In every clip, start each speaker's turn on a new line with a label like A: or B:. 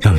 A: 让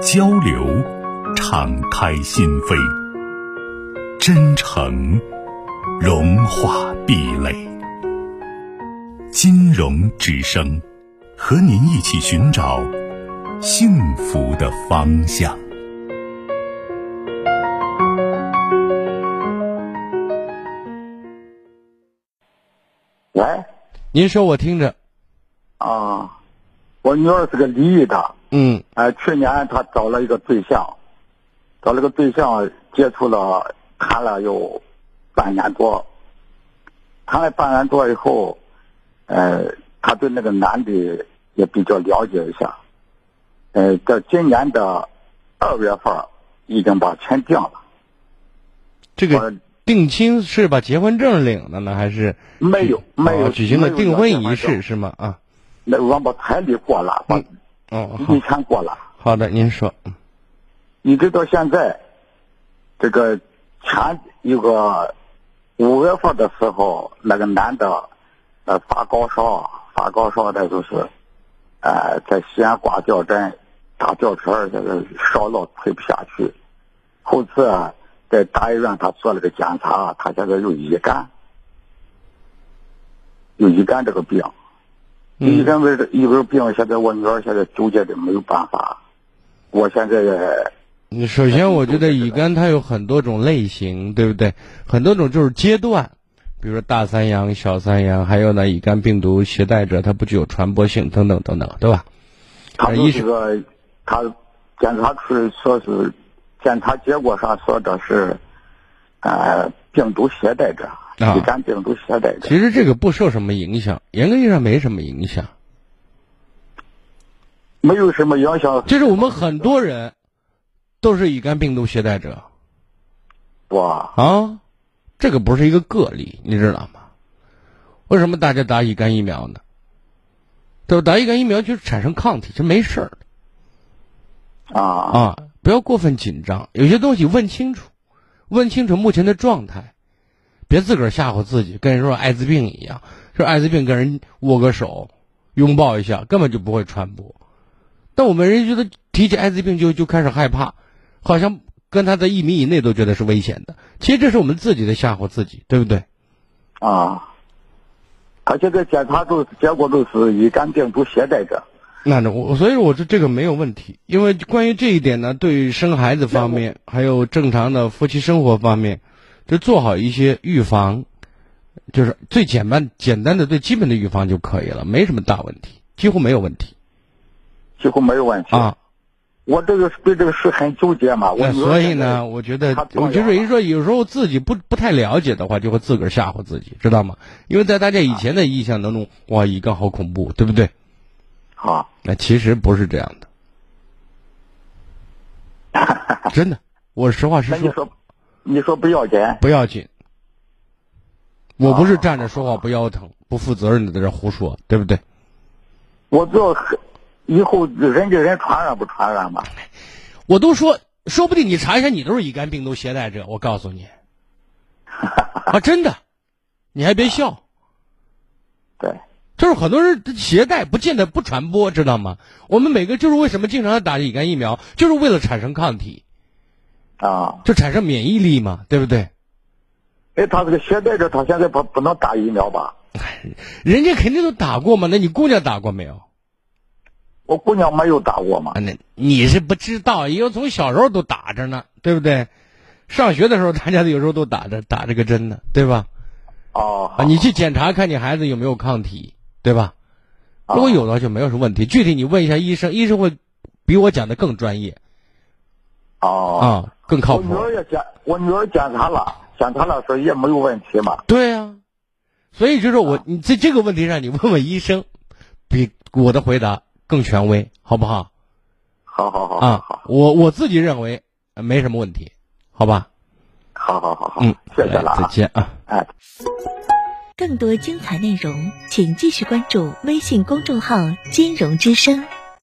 A: 交流，敞开心扉；真诚，融化壁垒。金融之声，和您一起寻找幸福的方向。
B: 喂，
C: 您说我听着，
B: 啊，我女儿是个离异的，
C: 嗯
B: 哎，去年她找了一个对象，找了个对象接触了，谈了有半年多，谈了半年多以后，呃，她对那个男的也比较了解一下，呃，在今年的二月份儿已经把钱定了，
C: 这
B: 我
C: 个定亲是把结婚证领了呢，还是
B: 没有
C: 举
B: 没有
C: 哦举行了
B: 没有
C: 订婚仪
B: 没有
C: 式是吗？啊，
B: 那我把彩礼过了，把
C: 嗯哦，好
B: 礼钱过了。
C: 好的，您说，
B: 一直到现在，这个前一个五月份的时候，那个男的，呃，发高烧，发高烧的就是，呃，在西安挂吊针，打吊瓶儿，这个烧了推不下去。后次啊在大医院他做了个检查，他现在有乙肝，有乙肝这个病。乙
C: 嗯
B: 肝为这一个病，现在我女儿现在纠结的没有办法。我现在也
C: 你首先我觉得乙肝它有很多种类型，对不对？很多种就是阶段，比如说大三阳、小三阳，还有呢，乙肝病毒携带者它不具有传播性等等等等，对吧？
B: 他
C: 呃
B: 就
C: 医
B: 是
C: 生
B: 个，他检查出说是检查结果上说的是，呃，病毒携带者，
C: 啊
B: 乙肝病毒携带者。
C: 其实这个不受什么影响，严格意义上没什么影响。
B: 没有什么影响，
C: 就是我们很多人都是乙肝病毒携带者。
B: 我
C: 啊，这个不是一个个例，你知道吗？为什么大家打乙肝疫苗呢？对吧？打乙肝疫苗就是产生抗体，这没事儿
B: 啊
C: 啊，不要过分紧张。有些东西问清楚，问清楚目前的状态，别自个儿吓唬自己，跟人说艾滋病一样，说艾滋病跟人握个手、拥抱一下，根本就不会传播。但我们人觉得提起艾滋病就就开始害怕，好像跟他在一米以内都觉得是危险的。其实这是我们自己的吓唬自己，对不对？
B: 啊，他现在检查出结果就是乙肝病毒携带者。
C: 那这我所以我说这个没有问题，因为关于这一点呢，对于生孩子方面，还有正常的夫妻生活方面，就做好一些预防，就是最简单简单的最基本的预防就可以了，没什么大问题，几乎没有问题
B: 几乎没有问题
C: 啊。
B: 我这个对这个事很纠结嘛，我
C: 那
B: 女儿
C: 所以
B: 现在
C: 呢，我觉得
B: 他表扬
C: 我就是
B: 了
C: 人说，有时候自己不不太了解的话，就会自个儿吓唬自己，知道吗？因为在大家以前的印象当中，哇，乙肝好恐怖，对不对？
B: 啊，
C: 那其实不是这样 的，真的，我实话实
B: 那你
C: 说。
B: 说，你说不要紧，
C: 不要紧，我不是站着说话不腰疼、不负责任的在这胡说，对不对？
B: 我这以后人跟人传染不传染嘛？
C: 我都说，说不定你查一下，你都是乙肝病毒携带者，我告诉 你，啊，真的，你还别笑，
B: 对。
C: 就是很多人携带不见得不传播，知道吗？我们每个就是为什么经常要打乙肝疫苗，就是为了产生抗体，
B: 啊，
C: 就产生免疫力嘛，对不对？
B: 哎，他这个携带者，他现在不不能打疫苗吧？
C: 人家肯定都打过嘛，那你姑娘打过没有？
B: 我姑娘没有打过嘛
C: 啊，，那你是不知道，因为从小时候都打着呢，对不对？上学的时候，大家有时候都打着打这个针呢，对吧？
B: 哦，
C: 啊，你去检查看你孩子有没有抗体，对吧？
B: 啊
C: 如果有的话就没有什么问题。具体你问一下医生，医生会比我讲的更专业
B: 哦，
C: 啊，更靠
B: 我女
C: 谱。
B: 儿也检，我女儿检查了，检查了说也没有问题嘛，
C: 对呀、所以就是我，你在这个问题上，你问问医生，比我的回答更权威，好不好？
B: 好好好，
C: 啊
B: 好，，
C: 我我自己认为呃没什么问题，好吧？
B: 好好好好
C: 嗯，，
B: 谢谢了
C: 好嘞再
B: 啊，
C: 见啊。
B: 哎。
D: 更多精彩内容，请继续关注微信公众号“金融之声”。